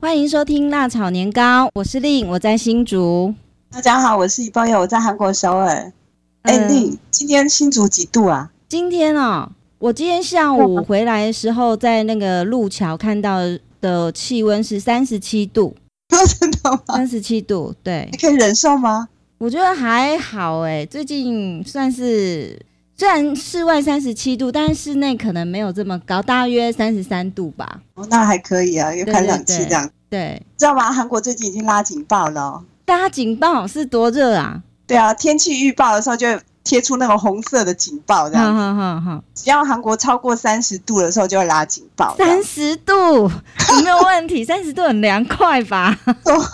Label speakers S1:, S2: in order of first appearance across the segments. S1: 欢迎收听《辣炒年糕》，我是令，我在新竹。
S2: 大家好，我是一包友，我在韩国首尔。哎、
S1: 嗯
S2: 你今天新竹几度啊？
S1: 今天哦，我今天下午回来的时候，在那个路桥看到的气温是三十七度，
S2: 真的吗？
S1: 三十七度，对
S2: 你可以忍受吗？
S1: 我觉得还好哎、最近算是虽然室外三十七度，但是室内可能没有这么高，大约三十三度吧。
S2: 哦，那还可以啊，又开冷
S1: 对
S2: 气
S1: 对
S2: 这样。
S1: 对，
S2: 知道吗？韩国最近已经拉警报了哦、
S1: 大家警报是多热啊！
S2: 对啊，天气预报的时候就会贴出那个红色的警报，这
S1: 好
S2: 样、
S1: 好好好，
S2: 只要韩国超过三十度的时候就会拉警报。这样
S1: 三十度有没有问题？ 三十度很凉快吧？
S2: 都会。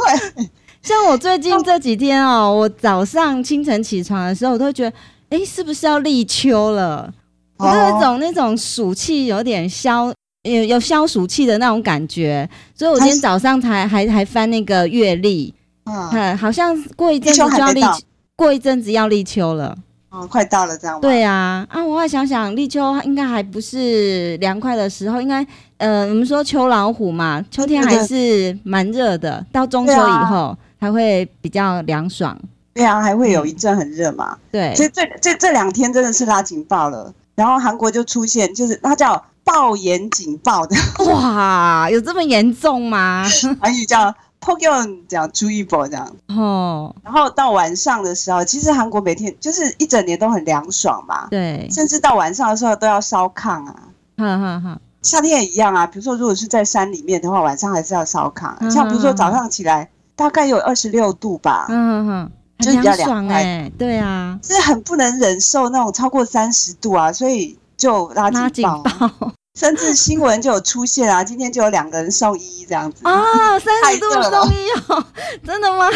S1: 像我最近这几天哦，我早上清晨起床的时候，我都会觉得，哎，是不是要立秋了？我都有一
S2: 哦，
S1: 种那种暑气有点消，有有消暑气的那种感觉，所以我今天早上才还还翻那个月历，
S2: 嗯，
S1: 嗯，好像过一阵子
S2: 立秋还
S1: 就要
S2: 没
S1: 立
S2: 到，
S1: 过一阵子要立秋了。
S2: 哦，快到了，这样吗？，
S1: 对啊，啊，我还想想，立秋应该还不是凉快的时候，应该，呃，我们说秋老虎嘛，秋天还
S2: 对
S1: 是蛮热的，到中秋以
S2: 对啊
S1: 后才会比较凉爽。
S2: 对啊，还会有一阵很热嘛。
S1: 对，
S2: 所以这这这两天真的是拉警报了，然后韩国就出现，就是它叫爆炎警报的
S1: 哇，有这么严重吗？
S2: 韩语叫 p o k y o n 这样注意报这样。
S1: 哦，
S2: 然后到晚上的时候，其实韩国每天就是一整年都很凉爽嘛，
S1: 对，
S2: 甚至到晚上的时候都要烧炕啊。
S1: 哈哈哈，
S2: 夏天也一样啊，比如说如果是在山里面的话，晚上还是要烧炕啊、
S1: 嗯
S2: 像比如说早上起来大概有二十六度吧，
S1: 嗯哼，
S2: 就
S1: 很
S2: 是比较
S1: 凉爽
S2: 凉快
S1: 哎、对啊，
S2: 是很不能忍受那种超过三十度啊，所以就拉警
S1: 拉警
S2: 报。
S1: 报
S2: 啊甚至新闻就有出现啊， 今天就有两个人送医这样子。
S1: 啊，三
S2: 太
S1: 十度
S2: 热了
S1: 送医哦， 真的吗？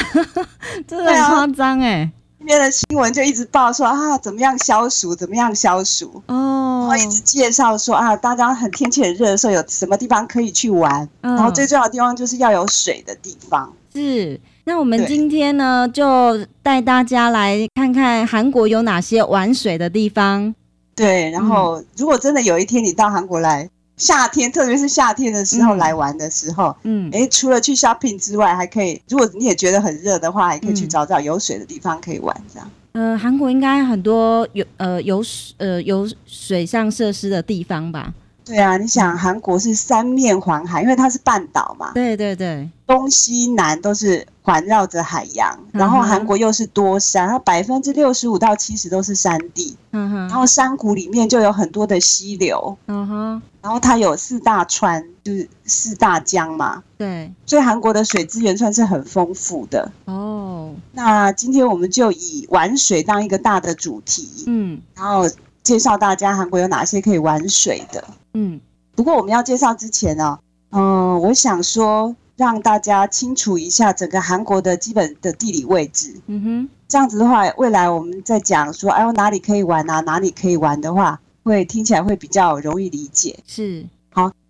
S1: 真的
S2: 对
S1: 很
S2: 啊
S1: 夸张哎，
S2: 今天的新闻就一直报说啊，怎么样消暑，怎么样消暑，然
S1: 哦
S2: 后，一直介绍说啊，大家很天气很热的时候有什么地方可以去玩，
S1: 嗯
S2: 然后最重要的地方就是要有水的地方。
S1: 是。那我们
S2: 对
S1: 今天呢，就带大家来看看韩国有哪些玩水的地方。
S2: 对，然
S1: 嗯
S2: 后如果真的有一天你到韩国来，夏天特别是夏天的时候
S1: 嗯
S2: 来玩的时候，
S1: 嗯，
S2: 诶，除了去 shopping 之外，还可以，如果你也觉得很热的话，还可以去
S1: 嗯
S2: 找找有水的地方可以玩这样。
S1: 呃，韩国应该很多有呃有水呃有水上设施的地方吧？
S2: 对啊，你想
S1: 嗯
S2: 韩国是三面环海，因为它是半岛嘛，
S1: 对对对，
S2: 东西南都是环绕着海洋，
S1: 嗯哼
S2: 然后韩国又是多山，它百分之六十五到七十都是山地，
S1: 嗯
S2: 然
S1: 哼，
S2: 后山谷里面就有很多的溪流，
S1: 嗯哼，
S2: 然后它有四大川，就是四大江嘛，
S1: 对，
S2: 所以韩国的水资源算是很丰富的。
S1: 哦，
S2: 那今天我们就以玩水当一个大的主题，
S1: 嗯
S2: 然后介绍大家韩国有哪些可以玩水的。
S1: 嗯，
S2: 不过我们要介绍之前呢、嗯、我想说让大家清楚一下整个韩国的基本的地理位置。
S1: 嗯哼，
S2: 这样子的话，未来我们在讲说，哎呦哪里可以玩啊，哪里可以玩的话，会听起来会比较容易理解。
S1: 是，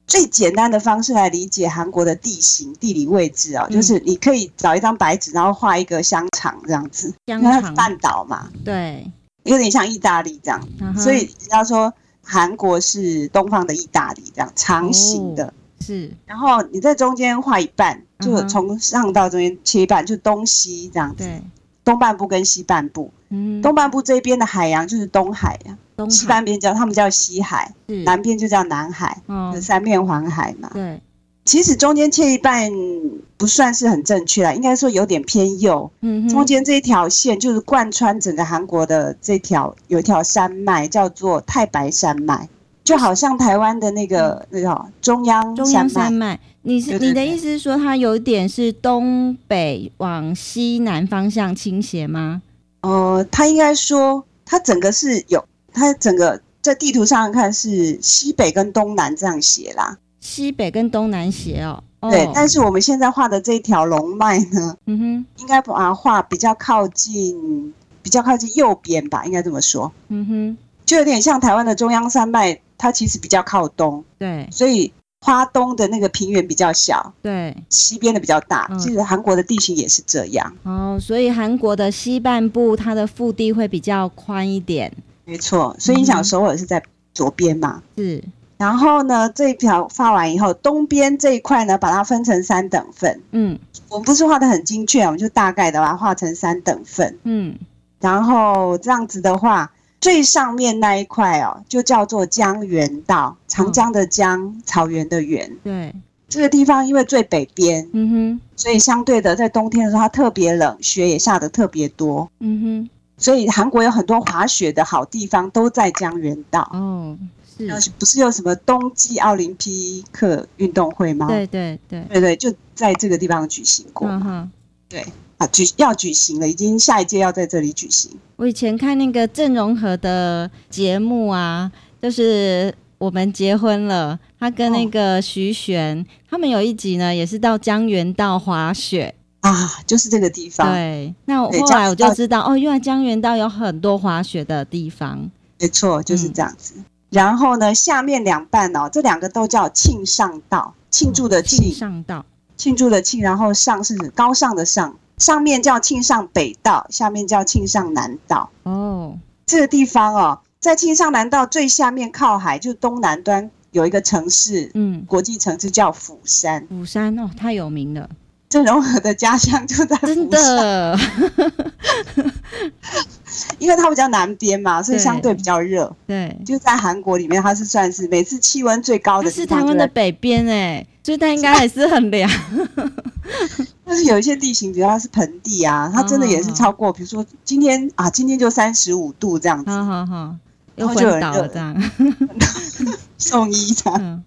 S2: 最简单的方式来理解韩国的地形、地理位置啊、
S1: 嗯
S2: 就是你可以找一张白纸，然后画一个香肠这样子，
S1: 香
S2: 因为它是
S1: 肠
S2: 半岛嘛，
S1: 对，
S2: 有点像意大利这样。
S1: 嗯哼
S2: 所以人家说韩国是东方的意大利，这样长形的。
S1: 哦是，
S2: 然后你在中间画一半，
S1: 嗯
S2: 就
S1: 哼
S2: 从上到中间切一半，就东西这样子，
S1: 对，
S2: 东半部跟西半部。
S1: 嗯，
S2: 东半部这边的海洋就是东海呀，
S1: 东
S2: 西
S1: 海
S2: 半边叫他们叫西海，
S1: 是，
S2: 南边就叫南海，
S1: 哦，
S2: 三面环海嘛。
S1: 对，
S2: 其实中间切一半不算是很正确啦，应该说有点偏右。
S1: 嗯哼，
S2: 中间这一条线就是贯穿整个韩国的这条有一条山脉叫做太白山脉，就好像台湾的那个那叫中央
S1: 嗯中央
S2: 山
S1: 山
S2: 脉。
S1: 脉，你是
S2: 对
S1: 你
S2: 对
S1: 的
S2: 对
S1: 意思是说它有点是东北往西南方向倾斜吗？
S2: 呃，它应该说它整个是有，它整个在地图上看是西北跟东南这样写啦。
S1: 西北跟东南斜哦。哦
S2: 对，但是我们现在画的这一条龙脉呢，
S1: 嗯哼，
S2: 应该把它画比较靠近，比较靠近右边吧，应该这么说，
S1: 嗯哼，
S2: 就有点像台湾的中央山脉，它其实比较靠东，
S1: 对
S2: 所以花东的那个平原比较小，
S1: 对，
S2: 西边的比较大。
S1: 嗯
S2: 其实韩国的地形也是这样，
S1: 哦，所以韩国的西半部它的腹地会比较宽一点，
S2: 没错。所以你
S1: 嗯
S2: 想首尔是在左边嘛，
S1: 是，
S2: 然后呢，这一条画完以后，东边这一块呢，把它分成三等份。
S1: 嗯
S2: 我们不是画的很精确，我们就大概的把它画成三等份。
S1: 嗯
S2: 然后这样子的话，最上面那一块哦，就叫做江原道，
S1: 嗯
S2: 长江的江，草原的原。
S1: 对，
S2: 这个地方因为最北边，
S1: 嗯哼
S2: 所以相对的，在冬天的时候它特别冷，雪也下得特别多。
S1: 嗯
S2: 所以韩国有很多滑雪的好地方都在江原道
S1: 哼，。哦是，
S2: 那不是有什么冬季奥林匹克运动会吗？
S1: 对对对，
S2: 对对，就在这个地方举行过、
S1: 嗯哼。
S2: 啊，举要举行了，已经下一届要在这里举行。
S1: 我以前看那个郑容和的节目啊，就是我们结婚了，他跟那个徐玄、他们有一集呢，也是到江原道滑雪。
S2: 啊，就是这个地方，
S1: 对，那我
S2: 对
S1: 后
S2: 江
S1: 来
S2: 原
S1: 我就
S2: 道
S1: 知道，哦，原来江原道有很多滑雪的地方。
S2: 没错，
S1: 嗯
S2: 就是这样子。然后呢，下面两半哦，这两个都叫庆上道，庆祝的庆，
S1: 庆上道，
S2: 庆祝的庆，然后上是高尚的上，上面叫庆上北道，下面叫庆上南道。
S1: 哦，
S2: 这个地方哦，在庆上南道最下面靠海，就是东南端有一个城市，
S1: 嗯，
S2: 国际城市叫釜山。
S1: 釜山哦，太有名了，
S2: 郑容和的家乡就在
S1: 真
S2: 釜山，
S1: 的，
S2: 因为它比较南边嘛，所以相对比较热。
S1: 对，
S2: 就在韩国里面，它是算是每次气温最高
S1: 它
S2: 的
S1: 是
S2: 地
S1: 台
S2: 方。啊
S1: 湾的北边哎，所以它应该还是很凉。
S2: 但是有一些地形，比如它是盆地啊，它真的也是超过，比如说今天啊，今天就三十五度这样子，
S1: 好好好，又
S2: 然后
S1: 昏
S2: 就有人
S1: 倒
S2: 热
S1: 了这样，
S2: 送医这样。
S1: 嗯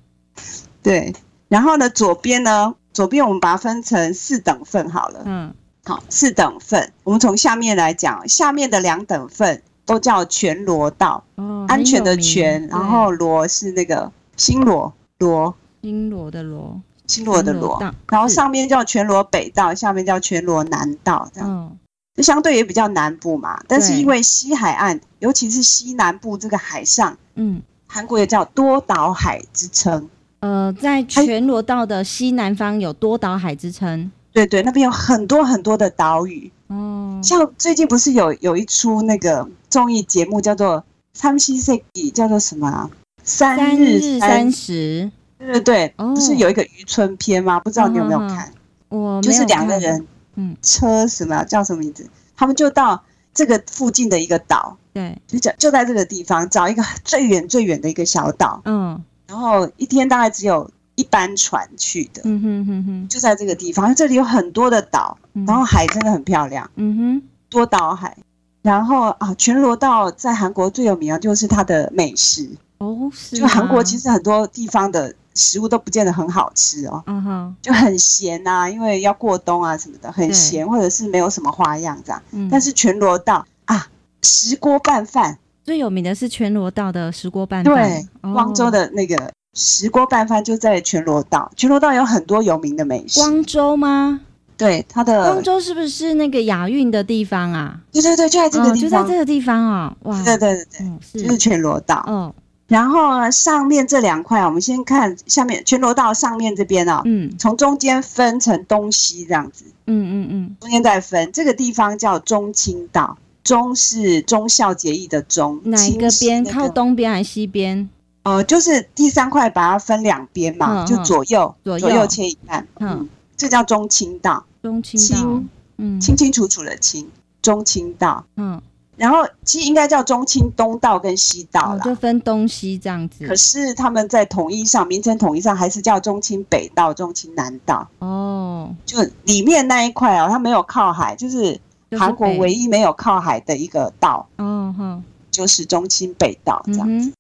S2: 对，然后呢，左边呢，左边我们把它分成四等份好了，
S1: 嗯
S2: 好，四等份，我们从下面来讲，下面的两等份都叫全罗道，
S1: 哦，
S2: 安全的
S1: 全，
S2: 全，然后罗是那个新罗罗。
S1: 金罗的罗，
S2: 新罗的
S1: 金
S2: 罗，
S1: 道
S2: 然后
S1: 是
S2: 上面叫全罗北道，下面叫全罗南道，这样、
S1: 嗯
S2: 就相对也比较南部嘛。但是
S1: 对
S2: 因为西海岸，尤其是西南部这个海上，
S1: 嗯
S2: 韩国也叫多岛海之称。
S1: 呃，在全罗道的西南方有多岛海之称
S2: 对对，那边有很多很多的岛屿，
S1: 哦，
S2: 像最近不是有有一出那个综艺节目叫做《三七 C》，叫做什么啊、
S1: 三
S2: 三
S1: 日
S2: 日
S1: 三
S2: 三，
S1: 十，
S2: 对对对，
S1: 哦
S2: 不是有一个渔村篇吗？不知道你有没有
S1: 嗯嗯嗯
S2: 看？
S1: 我
S2: 就
S1: 没
S2: 是
S1: 有
S2: 两个
S1: 看
S2: 人，
S1: 嗯，
S2: 车什么啊叫什么名字？他们就到这个附近的一个岛，
S1: 对，
S2: 就在就在这个地方找一个最远最远的一个小岛，
S1: 嗯
S2: 然后一天大概只有一班船去的，
S1: 嗯哼哼哼
S2: 就在这个地方。这里有很多的岛，
S1: 嗯，
S2: 然后海真的很漂亮，
S1: 嗯哼
S2: 多岛海。然后啊，全罗道在韩国最有名的就是它的美食，
S1: 哦是
S2: 就韩国
S1: 吗
S2: 其实很多地方的食物都不见得很好吃哦。
S1: 啊哈
S2: 就很咸啊，因为要过冬啊什么的，很
S1: 对
S2: 咸，或者是没有什么花样这样。
S1: 嗯，
S2: 但是全罗道啊，石锅拌饭，
S1: 最有名的是全罗道的石锅拌饭
S2: 对，
S1: 哦
S2: 光州的那个石锅拌饭就在全罗道。全罗道有很多有名的美食，
S1: 光州吗？
S2: 对它
S1: 光
S2: 的，
S1: 州是不是那个亚运的地方啊？
S2: 对对对，就在这个
S1: 哦
S2: 地
S1: 就在
S2: 方，
S1: 这个地方啊，哇，
S2: 对对对对，
S1: 嗯是
S2: 就是全罗道。
S1: 哦
S2: 然后呢，上面这两块啊，我们先看下面全罗道上面这边啊，
S1: 嗯
S2: 从中间分成东西这样子。
S1: 嗯嗯嗯
S2: 中间再分，这个地方叫中清道，中是忠孝节义的忠，
S1: 哪一个
S2: 清是
S1: 边？
S2: 那
S1: 靠
S2: 个？
S1: 东边还是西边？
S2: 呃，就是第三块把它分两边嘛，
S1: 嗯
S2: 就
S1: 嗯
S2: 左右
S1: 左右
S2: 切一半，
S1: 嗯
S2: 嗯，这叫中清道，
S1: 中清道
S2: 清，
S1: 嗯
S2: 清清楚楚的清，中清道。
S1: 嗯，
S2: 然后其实应该叫中清东道跟西道
S1: 哦，就
S2: 啦。
S1: 分东西这样子
S2: 可。是他们在统一上，名称统一上还是叫中清北道、中清南道，
S1: 哦，
S2: 就里面那一块啊，它没有靠海，就是
S1: 就是
S2: 韩国
S1: 北
S2: 唯一没有靠海的一个道。
S1: 哦哈，
S2: 就是中清北道这
S1: 嗯
S2: 样
S1: 哼，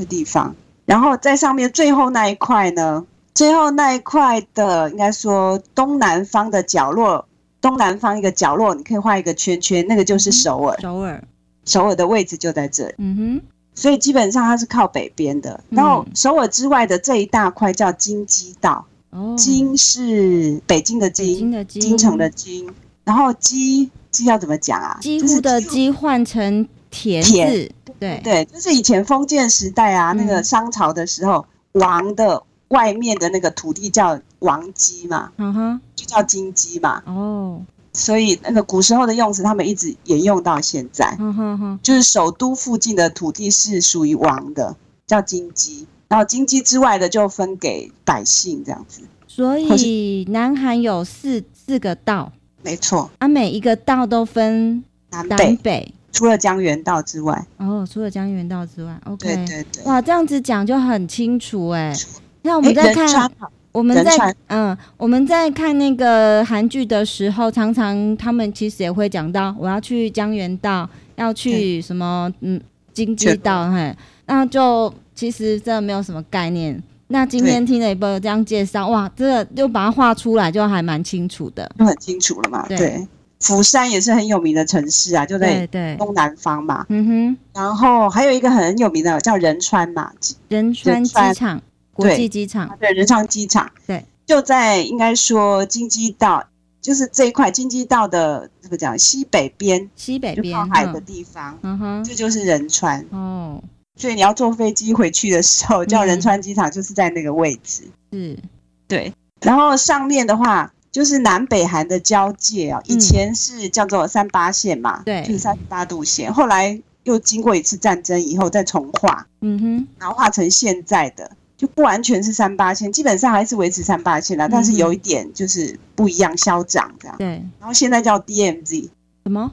S2: 的地方。然后在上面最后那一块呢，最后那一块的应该说东南方的角落，东南方一个角落，你可以画一个圈圈，那个
S1: 嗯
S2: 就是首尔。
S1: 首尔，
S2: 首尔的位置就在这里，
S1: 嗯哼，
S2: 所以基本上它是靠北边的。
S1: 嗯
S2: 然后首尔之外的这一大块叫京畿道，
S1: 哦，
S2: 京是北京的
S1: 北京
S2: 京，
S1: 的京，
S2: 京城的京，然后基基要怎么讲啊？
S1: 几
S2: 就是
S1: 乎的
S2: 几乎
S1: 几换成田
S2: 田
S1: 字，对，
S2: 对，就是以前封建时代啊，那个
S1: 嗯
S2: 商朝的时候，王的外面的那个土地叫王畿嘛，
S1: 嗯哼，
S2: 就叫京畿嘛，
S1: 哦，
S2: 所以那个古时候的用词，他们一直沿用到现
S1: 嗯
S2: 在，
S1: 哈哈哈，
S2: 就是首都附近的土地是属于王的，叫京畿。然后京畿之外的就分给百姓这样子。
S1: 所
S2: 好
S1: 以南韩有四四个道，
S2: 没错，
S1: 啊，每一个道都分
S2: 南
S1: 南
S2: 北
S1: 北。
S2: 除了江原道之外，
S1: 哦，除了江原道之外，OK，
S2: 对对对。
S1: 哇，这样子讲就很清楚哎、那我
S2: 我
S1: 们在看，
S2: 仁川好
S1: 我们
S2: 仁
S1: 在
S2: 川
S1: 嗯，我们在看那个韩剧的时候，常常他们其实也会讲到，我要去江原道，要去什么嗯京畿道，嘿，那就其实真的没有什么概念。那今天听了一波这样介绍，哇，这个就把它画出来，就还蛮清楚的。
S2: 就很清楚了嘛。
S1: 对
S2: 对，釜山也是很有名的城市啊，就在
S1: 对，
S2: 东南方嘛。
S1: 嗯哼，
S2: 然后还有一个很有名的叫仁川嘛，
S1: 仁川
S2: 仁
S1: 机
S2: 川
S1: 场国
S2: 对
S1: 际机场，
S2: 对，仁川机场，
S1: 对，
S2: 就在应该说京畿道，就是这一块京畿道的怎么讲西北边，
S1: 西北
S2: 就
S1: 边
S2: 靠，海的
S1: 嗯
S2: 地方，
S1: 嗯哼，
S2: 这就是仁川。
S1: 哦，
S2: 所以你要坐飞机回去的时
S1: 嗯
S2: 候，叫仁川机场就是在那个位置。
S1: 是，
S2: 对，然后上面的话就是南北韩的交界哦，以
S1: 嗯
S2: 前是叫做三八线嘛，
S1: 对
S2: 就是三十八度线，后来又经过一次战争以后再重画，
S1: 嗯哼。
S2: 然后画成现在的，就不完全是三八线，基本上还是维持三八线啦，但是
S1: 嗯哼
S2: 有一点就是不一样，消长这样。
S1: 对，
S2: 然后现在叫 DMZ。
S1: 什么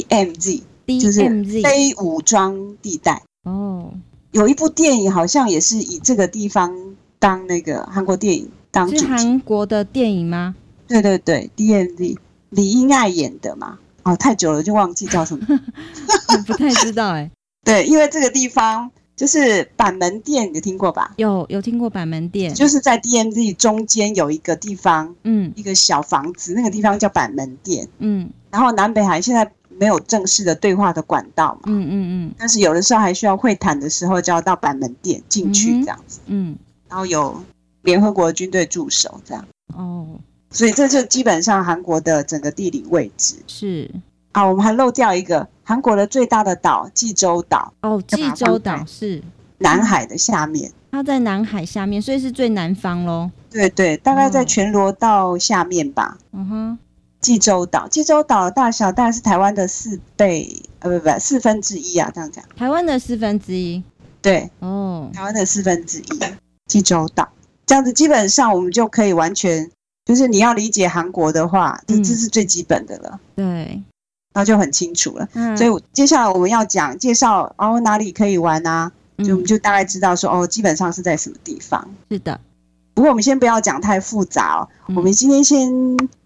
S2: DMZ 就是
S1: DMZ？
S2: 非武装地带，
S1: 哦，
S2: 有一部电影好像也是以这个地方当那个韩国电影当主
S1: 是
S2: 题。
S1: 韩国的电影吗？
S2: 对对对，DMZ 李英爱演的嘛，哦，太久了就忘记叫 什么。
S1: 我不太知道哎、
S2: 对，因为这个地方就是板门店，你听过吧？
S1: 有有听过板门店？
S2: 就是在 DMZ 中间有一个地方，
S1: 嗯
S2: 一个小房子，那个地方叫板门店。
S1: 嗯
S2: 然后南北韩现在没有正式的对话的管道嘛，
S1: 嗯嗯
S2: 但是有的时候还需要会谈的时候就要到板门店进去
S1: 嗯哼
S2: 这样子，
S1: 嗯
S2: 然后有联合国军队驻守这样，
S1: 嗯，哦，
S2: 所以这就基本上韩国的整个地理位置。
S1: 是
S2: 啊，我们还漏掉一个韩国的最大的岛济州岛，
S1: 哦，
S2: 要
S1: 济
S2: 把它
S1: 州
S2: 放
S1: 岛
S2: 开
S1: 是
S2: 南海的下面。
S1: 它在南海下面，所以是最南方喽。
S2: 对对，大概在
S1: 嗯
S2: 全罗道下面吧。
S1: 嗯哼，
S2: 济州岛，济州岛的大小大概是台湾的四倍，呃，不不，四分之一啊，这样讲。
S1: 台湾的四分之一。
S2: 对，
S1: 哦，
S2: 台湾的四分之一，济州岛。这样子基本上我们就可以完全，就是你要理解韩国的话，这
S1: 嗯
S2: 这是最基本的了，
S1: 对，
S2: 那就很清楚了。
S1: 那
S2: 所以我接下来我们要讲介绍哦哪里可以玩啊，就我们
S1: 嗯，
S2: 就大概知道说哦基本上是在什么地方。
S1: 是的，
S2: 不过我们先不要讲太复杂哦，
S1: 嗯
S2: 我们今天先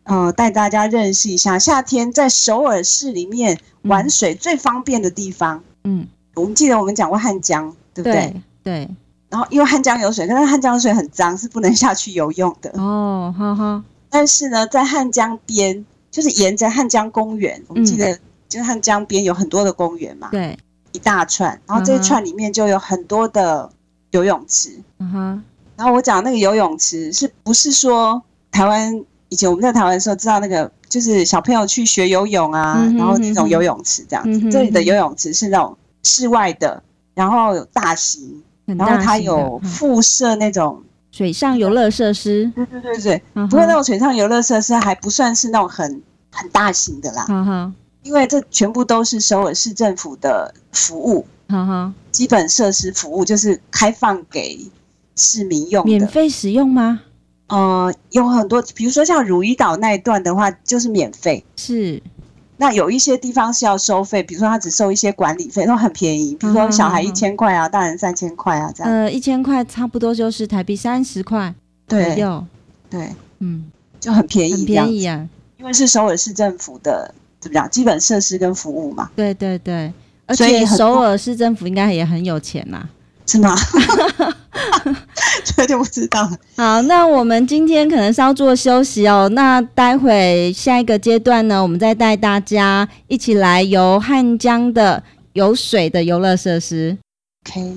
S2: 呃带大家认识一下夏天在首尔市里面
S1: 嗯
S2: 玩水最方便的地方。
S1: 嗯，
S2: 我们记得我们讲过汉江，对不对？
S1: 对对，
S2: 然后因为汉江有水，但是汉江水很脏，是不能下去游泳的。
S1: 哦，哈哈，
S2: 但是呢，在汉江边，就是沿着汉江公园，我们记得就是汉江边有很多的公园嘛，
S1: 嗯对，
S2: 一大串，然后这
S1: 嗯
S2: 一
S1: 哼
S2: 串里面就有很多的游泳池。
S1: 嗯哼，
S2: 然后我讲那个游泳池，是不是说台湾以前我们在台湾的时候知道那个，就是小朋友去学游泳啊，
S1: 嗯哼
S2: 然后那
S1: 嗯哼
S2: 种游泳池这样子。
S1: 嗯哼
S2: 这里的
S1: 嗯哼
S2: 游泳池是那种室外的，然后有大型，
S1: 很
S2: 然后
S1: 大
S2: 它
S1: 型的
S2: 有
S1: 嗯
S2: 附设那种，
S1: 水上游乐设施。嗯
S2: 对对对对。
S1: 不
S2: 不过那种水上游乐设施还不算是那种很很大型的啦，
S1: 哈哈，
S2: 因为这全部都是首尔市政府的服务，
S1: 哈哈，
S2: 基本设施服务就是开放给市民用
S1: 免
S2: 的。
S1: 费使用吗？
S2: 呃，有很多，比如说像汝矣岛那一段的话，就是免费。
S1: 是，
S2: 那有一些地方是要收费，比如说他只收一些管理费，都很便宜，比如说小孩
S1: 嗯嗯嗯
S2: 一千块啊，大人三千块啊，这样。
S1: 呃，一千块差不多就是台币三十块左
S2: 对
S1: 右，
S2: 对，
S1: 嗯，
S2: 就很便
S1: 很
S2: 宜，这
S1: 便
S2: 样，
S1: 宜啊，
S2: 因为是首尔市政府的怎么讲，基本设施跟服务嘛，
S1: 对对对，而
S2: 所
S1: 且
S2: 以很
S1: 首
S2: 多
S1: 尔市政府应该也很有钱啊啦。
S2: 是吗？这就不知道了。
S1: 好，那我们今天可能稍作休息哦。那待会下一个阶段呢，我们再带大家一起来游汉江的有水的游乐设施。
S2: OK，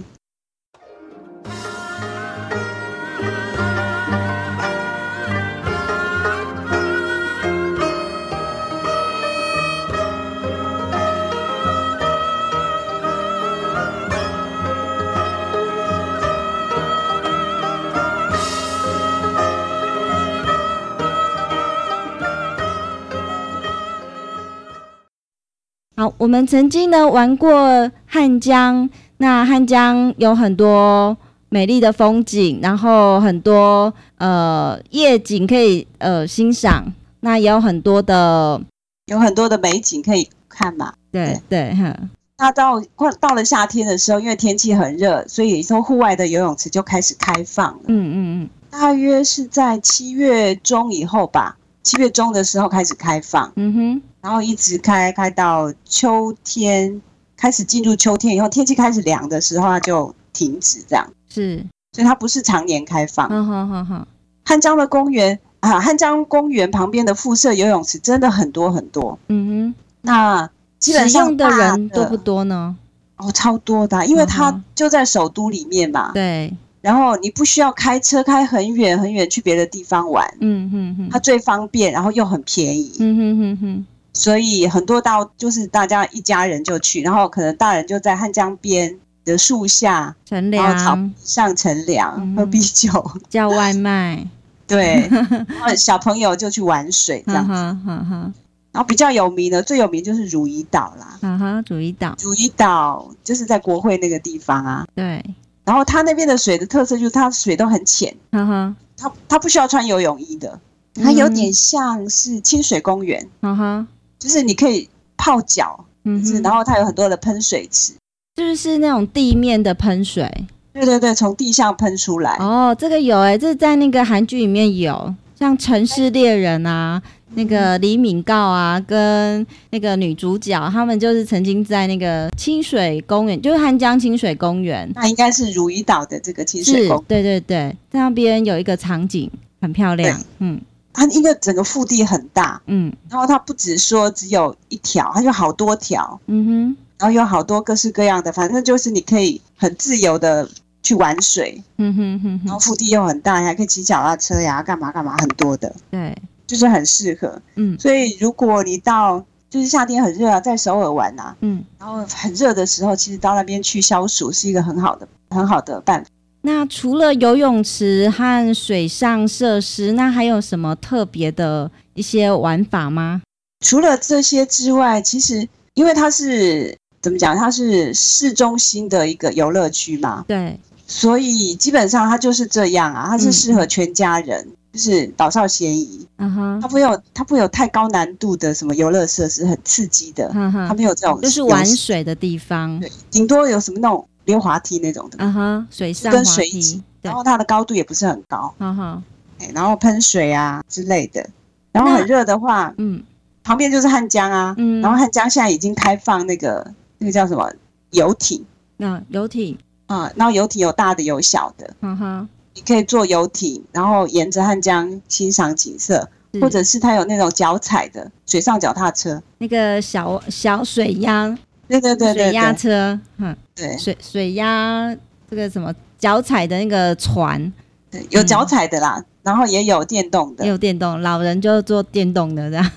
S1: 好，我们曾经呢玩过汉江，那汉江有很多美丽的风景，然后很多呃夜景可以呃欣赏，那也有很多的
S2: 有很多的美景可以看嘛。
S1: 对对哈，
S2: 那到快到了夏天的时候，因为天气很热，所以从户外的游泳池就开始开放了。
S1: 嗯嗯嗯
S2: 大约是在七月中以后吧，七月中的时候开始开放，
S1: 嗯哼，
S2: 然后一直开开到秋天，开始进入秋天以后，天气开始凉的时候，它就停止这样，
S1: 是，
S2: 所以它不是常年开放。
S1: 好好好好，
S2: 汉江的公园啊，汉江公园旁边的附设游泳池真的很多很多，
S1: 嗯哼，
S2: 那基本
S1: 使
S2: 上
S1: 用的
S2: 大
S1: 人多不多呢？
S2: 哦，超多的啊，因为它
S1: 嗯
S2: 就在首都里面嘛，
S1: 对，
S2: 然后你不需要开车开很远很远去别的地方玩，
S1: 嗯哼哼，
S2: 它最方便，然后又很便宜，
S1: 嗯哼哼哼，
S2: 所以很多到就是大家一家人就去，然后可能大人就在汉江边的树下
S1: 乘
S2: 然后草
S1: 凉、
S2: 上乘凉、
S1: 嗯
S2: 喝啤酒，
S1: 叫外卖，
S2: 对，然后小朋友就去玩水这
S1: 哈
S2: 样。
S1: 哈哈哈
S2: 然后比较有名的，最有名就是汝矣岛啦，
S1: 哈哈，主一岛，
S2: 汝矣岛就是在国会那个地方啊。
S1: 对，
S2: 然后它那边的水的特色就是它水都很浅，
S1: 哈哈
S2: 它它不需要穿游泳衣的，它
S1: 嗯
S2: 有点像是清水公园，
S1: 哈哈，
S2: 就是你可以泡脚，
S1: 嗯
S2: 就是
S1: 哼，
S2: 然后它有很多的喷水池。
S1: 就是那种地面的喷水。
S2: 对对对，从地下喷出来。
S1: 哦，这个有哎、这在那个韩剧里面有，像《城市猎人》啊，那个李敏镐啊，跟那个女主角，他们就是曾经在那个清水公园，就是汉江清水公园，
S2: 那应该是汝矣岛的这个清水
S1: 是
S2: 宫，，
S1: 对对对，在那边有一个场景很漂亮，嗯
S2: 它因为整个腹地很大，
S1: 嗯
S2: 然后它不只说只有一条，它有好多条，
S1: 嗯
S2: 然后有好多各式各样的，反正就是你可以很自由的去玩水，
S1: 哼，嗯哼哼
S2: 然
S1: 哼，
S2: 后腹地又很大，你还可以骑脚踏车呀，干嘛干嘛很多的，
S1: 对，
S2: 就是很适合。
S1: 嗯
S2: 所以如果你到就是夏天很热啊，在首尔玩啊，
S1: 嗯。
S2: 然后很热的时候，其实到那边去消暑是一个很好的很好的办法。
S1: 那除了游泳池和水上设施，那还有什么特别的一些玩法吗？
S2: 除了这些之外，其实因为它是怎么讲，它是市中心的一个游乐区嘛，
S1: 对，
S2: 所以基本上它就是这样啊，它是适合全家人，就是岛上嫌疑，
S1: 嗯哼
S2: 它，不会有它不会有太高难度的什么游乐设施，很刺激的，
S1: 哈哈
S2: 它没有这种
S1: 嗯就是玩，水的地方，
S2: 对顶多有什么那种溜滑梯那种的，
S1: 啊哈，水上
S2: 跟
S1: 滑
S2: 水一
S1: 梯
S2: 起，
S1: 对
S2: 然，后它的高度也不是很高，
S1: 哈哈，
S2: 哎然后喷水啊之类的，然后
S1: 那
S2: 很热的话，
S1: 嗯
S2: 旁边就是汉江啊，
S1: 嗯，
S2: 然后汉江现在已经开放那个那个叫什么游艇
S1: 那游艇，
S2: 啊、然后游艇有大的有小的，
S1: 哈哈，
S2: 你可以坐游艇，然后沿着汉江欣赏景色，
S1: 是
S2: 或者是它有那种脚踩的水上脚踏车，
S1: 那个小小水鸭，
S2: 对对
S1: 水
S2: 对对
S1: 鸭
S2: 对
S1: 车，嗯，
S2: 对
S1: 水水鸭这个什么脚踩的那个船，
S2: 对，有脚踩的啦，然后也有电动
S1: 也
S2: 的，
S1: 有电动，老人就坐电动的这样，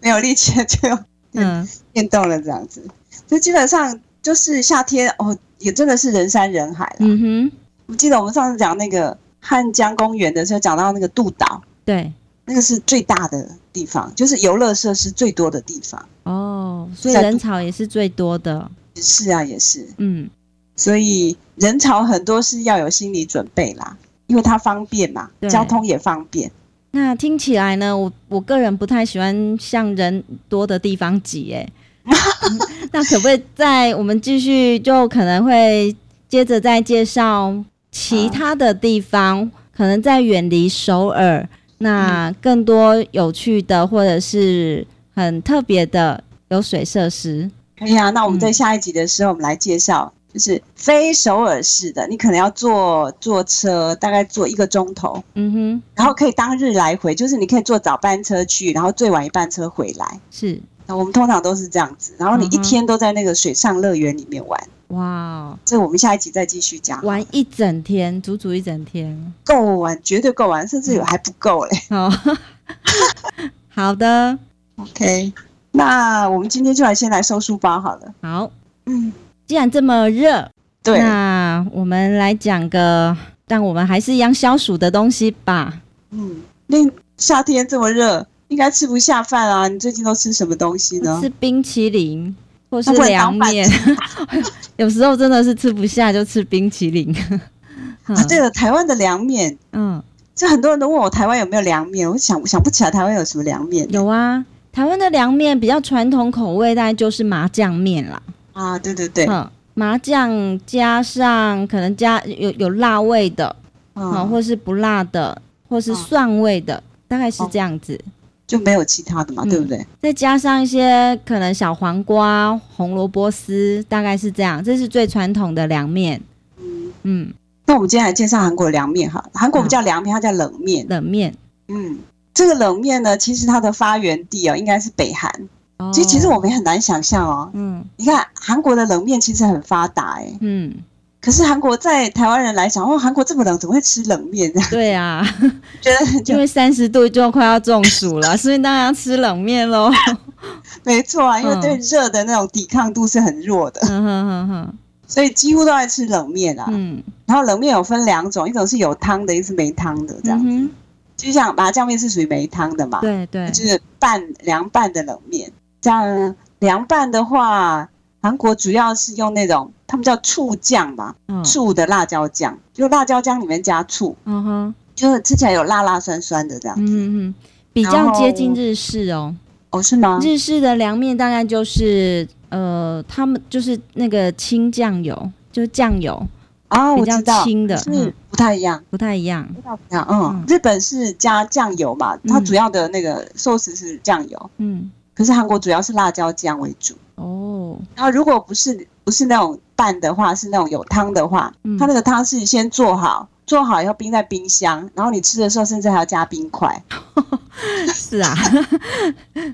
S2: 没有力气的就用
S1: 嗯，
S2: 电动了这样子，所以基本上就是夏天哦，也真的是人山人海啦。
S1: 嗯哼，
S2: 我记得我们上次讲那个汉江公园的时候，讲到那个渡岛。
S1: 对，
S2: 那个是最大的地方，就是游乐设施最多的地方。
S1: 哦，所以
S2: 在
S1: 人潮也是最多的，
S2: 也是啊，也是，
S1: 嗯，
S2: 所以人潮很多是要有心理准备啦，因为它方便嘛
S1: 对，
S2: 交通也方便。
S1: 那听起来呢，我我个人不太喜欢向人多的地方挤，哎， 那可不可以在我们继续就可能会接着再介绍其他的地方，可能在远离首尔，那更多有趣的或者是很特别的有水设施，
S2: 可以啊，那我们
S1: 嗯
S2: 在下一集的时候，我们来介绍就是非首尔市的，你可能要坐坐车，大概坐一个钟头，
S1: 嗯哼，
S2: 然后可以当日来回，就是你可以坐早班车去，然后最晚一班车回来。
S1: 是，
S2: 那我们通常都是这样子，然后你
S1: 嗯
S2: 一
S1: 哼
S2: 天都在那个水上乐园里面玩，
S1: 哇哦，
S2: 这我们下一集再继续讲。
S1: 玩一整天，足足一整天，
S2: 够玩，绝对够玩，甚
S1: 嗯
S2: 至有还不够嘞。
S1: 哦， 好的，
S2: OK，那我们今天就来先来收书包好了。
S1: 好，
S2: 嗯，
S1: 既然这么热，
S2: 对，
S1: 那我们来讲个，但我们还是一样消暑的东西吧。
S2: 嗯，那夏天这么热，应该吃不下饭啊。你最近都吃什么东西呢？
S1: 吃冰淇淋，或是凉面， 有时候真的是吃不下就吃冰淇 淋。
S2: 啊，对了，台湾的凉面，
S1: 嗯，
S2: 就很多人都问我台湾有没有凉面，我想想不起来台湾有什么凉面。
S1: 有啊，台湾的凉面比较传统口味，大概就是麻酱面啦。
S2: 啊，对对对，
S1: 嗯，麻酱加上可能加有有辣味的，啊、
S2: 嗯，
S1: 或是不辣的，或是
S2: 嗯哦
S1: 蒜味的，大概是这样子。
S2: 就没有其他的嘛，
S1: 嗯
S2: 对不对？
S1: 再加上一些可能小黄瓜、红萝卜丝，大概是这样。这是最传统的凉面，
S2: 嗯，
S1: 嗯，
S2: 那我们今天来介绍韩国凉面哈，韩国不叫凉面，它叫冷面。
S1: 冷面。
S2: 嗯，这个冷面呢，其实它的发源地哦，应该是北韩。
S1: 哦
S2: 其实其实我们也很难想象哦，
S1: 嗯
S2: 你看韩国的冷面其实很发达哎，
S1: 嗯，
S2: 可是韩国在台湾人来讲，哦，韩国这么冷，怎么会吃冷面？ 这样
S1: 对啊，
S2: 觉得很
S1: 因为三十度就快要中暑 了，所以当然要吃冷面喽。
S2: 没错啊，因为
S1: 嗯
S2: 对热的那种抵抗度是很弱的，
S1: 嗯哼哼哼，
S2: 所以几乎都爱吃冷面啊。
S1: 嗯，
S2: 然后冷面有分两种，一种是有汤的，一种是没汤的，这样。
S1: 嗯哼，
S2: 就像麻酱面是属于没汤的嘛，
S1: 对对，
S2: 就是拌凉拌的冷面。这样凉拌的话，韩国主要是用那种他们叫醋酱吧，
S1: 嗯
S2: 醋的辣椒酱，就辣椒酱里面加醋，
S1: 嗯哼，
S2: 就是吃起来有辣辣酸酸的这样。
S1: 嗯哼哼，比较接近日式哦。
S2: 哦，是吗？
S1: 日式的凉面大概就是呃，他们就是那个清酱油，就是酱油
S2: 啊，
S1: 比
S2: 我
S1: 较
S2: 知道，
S1: 轻的，
S2: 是
S1: 嗯，
S2: 不太一样。
S1: 不太一样。
S2: 不太一样嗯
S1: 嗯，
S2: 日本是加酱油嘛，它主要的那个寿司是酱油，
S1: 嗯，
S2: 可是韩国主要是辣椒酱为主。
S1: 哦，
S2: 然后如果不是不是那种拌的话，是那种有汤的话，
S1: 嗯
S2: 它那个汤是先做好，做好以后冰在冰箱，然后你吃的时候甚至还要加冰块，
S1: 是啊，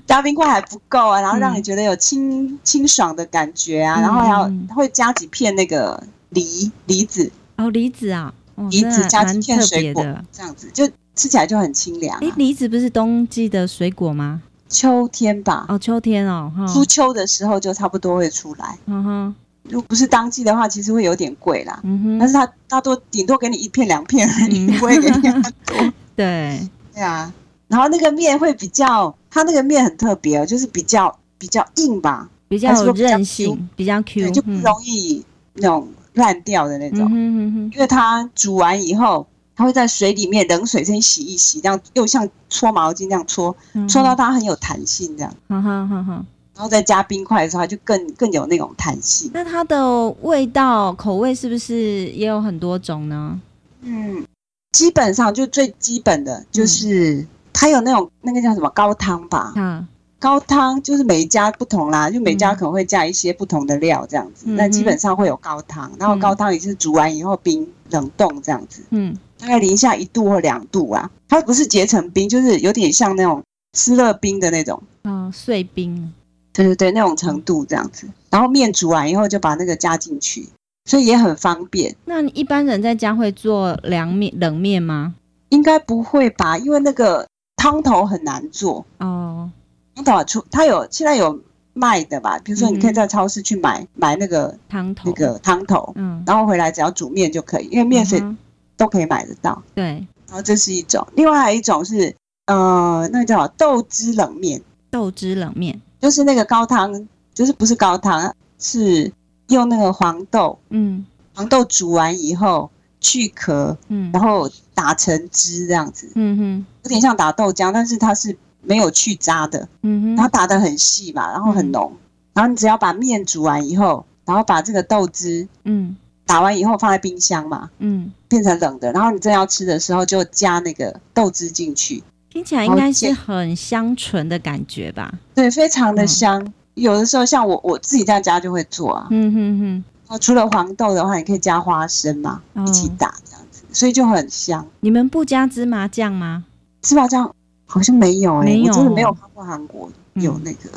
S2: 加冰块还不够啊，然后让
S1: 嗯
S2: 你觉得有清、清爽的感觉啊，
S1: 嗯
S2: 然后还要
S1: 嗯
S2: 会加几片那个梨梨子
S1: 哦，梨子啊，哦，
S2: 梨
S1: 真
S2: 子
S1: 的
S2: 加
S1: 蛮
S2: 几片
S1: 特
S2: 水
S1: 别
S2: 果
S1: 的。
S2: 这样子，就吃起来就很清凉、
S1: 诶，
S2: 啊。
S1: 梨子不是冬季的水果吗？
S2: 秋天吧，
S1: 哦，秋天哦，哈，
S2: 初秋的时候就差不多会出来，
S1: 嗯哼，
S2: 如果不是当季的话，其实会有点贵啦。
S1: 嗯哼，
S2: 但是它它多顶多给你一片两片而已，
S1: 嗯
S2: 不会给你很多。
S1: 对，
S2: 对 啊，然后那个面会比较，它那个面很特别哦，就是比较比较硬吧，
S1: 比较
S2: 还是
S1: 有
S2: 说比较
S1: 韧性，比较
S2: 对，
S1: Q，
S2: 就不
S1: 嗯
S2: 容易那种烂掉的那
S1: 嗯
S2: 种。
S1: 哼哼哼，
S2: 因为它煮完以后，它会在水里面冷水先洗一洗，这样又像搓毛巾这样搓，
S1: 嗯
S2: 搓到它很有弹性这样。
S1: 哼，哈哈哈。
S2: 然后再加冰块的时候，它就更更有那种弹性。
S1: 那它的味道口味是不是也有很多种呢？
S2: 嗯，基本上就最基本的就是、它有那种那个叫什么高汤吧，
S1: 啊，
S2: 高汤就是每一家不同啦，就每家
S1: 嗯
S2: 可能会加一些不同的料这样子，
S1: 嗯
S2: 那基本上会有高汤，然后高汤也是煮完以后冰冷冻这样子，
S1: 嗯
S2: 大概零下一度或两度啊，它不是结成冰，就是有点像那种湿热冰的那种，
S1: 啊，碎冰，
S2: 对对对，那种程度这样子。然后面煮完以后就把那个加进去，所以也很方便。
S1: 那你一般人在家会做凉面、冷面吗？
S2: 应该不会吧？因为那个汤头很难做，
S1: 哦，
S2: 汤头啊出它有现在有卖的吧？比如说你可以在超市去买、买那个
S1: 汤头，
S2: 那个汤头。
S1: 嗯，
S2: 然后回来只要煮面就可以，因为面水
S1: 嗯哼
S2: 都可以买得到。
S1: 对，
S2: 然后这是一种，另外还有一种是呃，那个叫什么豆汁冷面，
S1: 豆汁冷面，
S2: 就是那个高汤，就是不是高汤，啊是用那个黄豆，
S1: 嗯
S2: 黄豆煮完以后去壳，
S1: 嗯
S2: 然后打成汁这样子，
S1: 嗯哼
S2: 有点像打豆浆，但是它是没有去渣的，
S1: 嗯
S2: 然后
S1: 哼，
S2: 打得很细嘛，然后很
S1: 嗯
S2: 浓，然后你只要把面煮完以后，然后把这个豆汁
S1: 嗯
S2: 打完以后放在冰箱嘛，
S1: 嗯，
S2: 变成冷的，然后你真要吃的时候就加那个豆汁进去，
S1: 听起来应该是很香醇的感觉吧？
S2: 对，非常的
S1: 嗯
S2: 香。有的时候像我我自己在家就会做啊，
S1: 嗯哼哼，
S2: 哦，除了黄豆的话，你可以加花生嘛，一起
S1: 哦
S2: 打这样子，所以就很香。
S1: 你们不加芝麻酱吗？
S2: 芝麻酱好像没有哎、
S1: 没有
S2: 我真的没有看过韩国
S1: 嗯
S2: 有那个，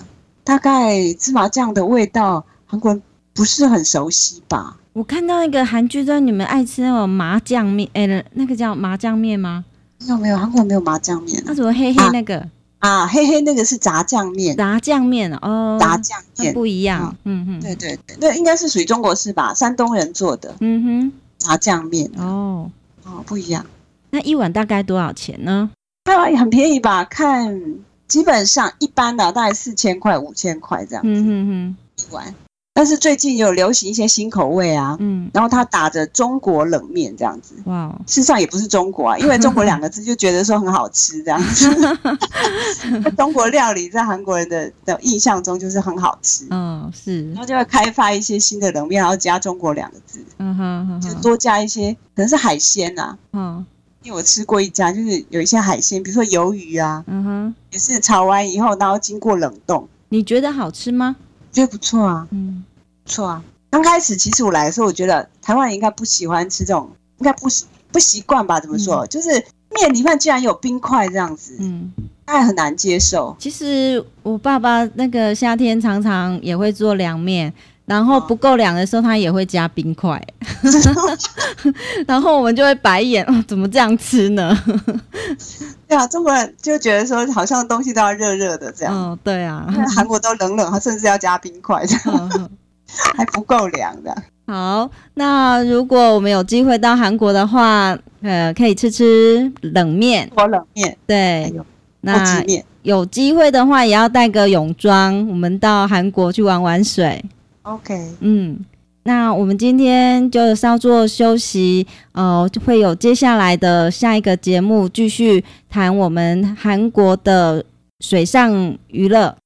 S2: 大概芝麻酱的味道，韩国人不是很熟悉吧？
S1: 我看到一个韩剧，说你们爱吃那种麻酱面，哎、那个叫麻酱面吗？
S2: 没有没有，韩国人没有麻酱面
S1: 那、
S2: 啊
S1: 怎么黑黑那个、
S2: 啊，嘿嘿，那个是炸酱面，
S1: 炸酱面哦？
S2: 炸酱
S1: 那
S2: 面，
S1: 嗯不一样，嗯哼，
S2: 对对对，那应该是属于中国式吧，山东人做的。
S1: 嗯
S2: 炸酱面
S1: 哼，哦，
S2: 哦，不一样。
S1: 那一碗大概多少钱呢？
S2: 台湾很便啊宜吧？看基本上一般的大概四千块、五千块这样。
S1: 嗯哼哼，
S2: 碗。但是最近有流行一些新口味啊，
S1: 嗯，
S2: 然后它打着中国冷面这样子，
S1: 哇哦，
S2: 事实上也不是中国啊，因为中国两个字就觉得说很好吃这 样子。中国料理在韩国人的的印象中就是很好吃，
S1: 嗯，是
S2: 然，后就会开发一些新的冷面，然后加中国两个字，
S1: 嗯哼哼
S2: 就
S1: 哼，
S2: 多加一些，可能是海鲜啊。
S1: 嗯
S2: 因为我吃过一家，就是有一些海鲜，比如说鱿鱼啊，
S1: 嗯哼，
S2: 也是炒完以后，然后经过冷冻，
S1: 你觉得好吃吗？
S2: 觉得不错啊。
S1: 嗯
S2: 不错啊。刚开始其实我来的时候，我觉得台湾人应该不喜欢吃这种，应该不习不习惯吧？怎么说？就是面里面竟然有冰块这样子，
S1: 嗯，
S2: 大家很难接受。
S1: 其实我爸爸那个夏天常常也会做凉面。然后不够凉的时候，他也会加冰块， 然后我们就会白眼，哦，怎么这样吃呢？
S2: 对啊，中国人就觉得说好像东西都要热热的这样，
S1: 哦，对啊，
S2: 但韩国都冷冷，他甚至要加冰块，这样
S1: 嗯嗯
S2: 还不够凉的。
S1: 好，那如果我们有机会到韩国的话，呃，可以吃吃冷面，
S2: 火冷面、哎
S1: 对
S2: 呦。锅
S1: 那
S2: 鸡面
S1: 有机会的话，也要带个泳装，我们到韩国去玩玩水。
S2: ，OK，
S1: 嗯，那我们今天就稍作休息，呃，就会有接下来的下一个节目继续谈我们韩国的水上娱乐。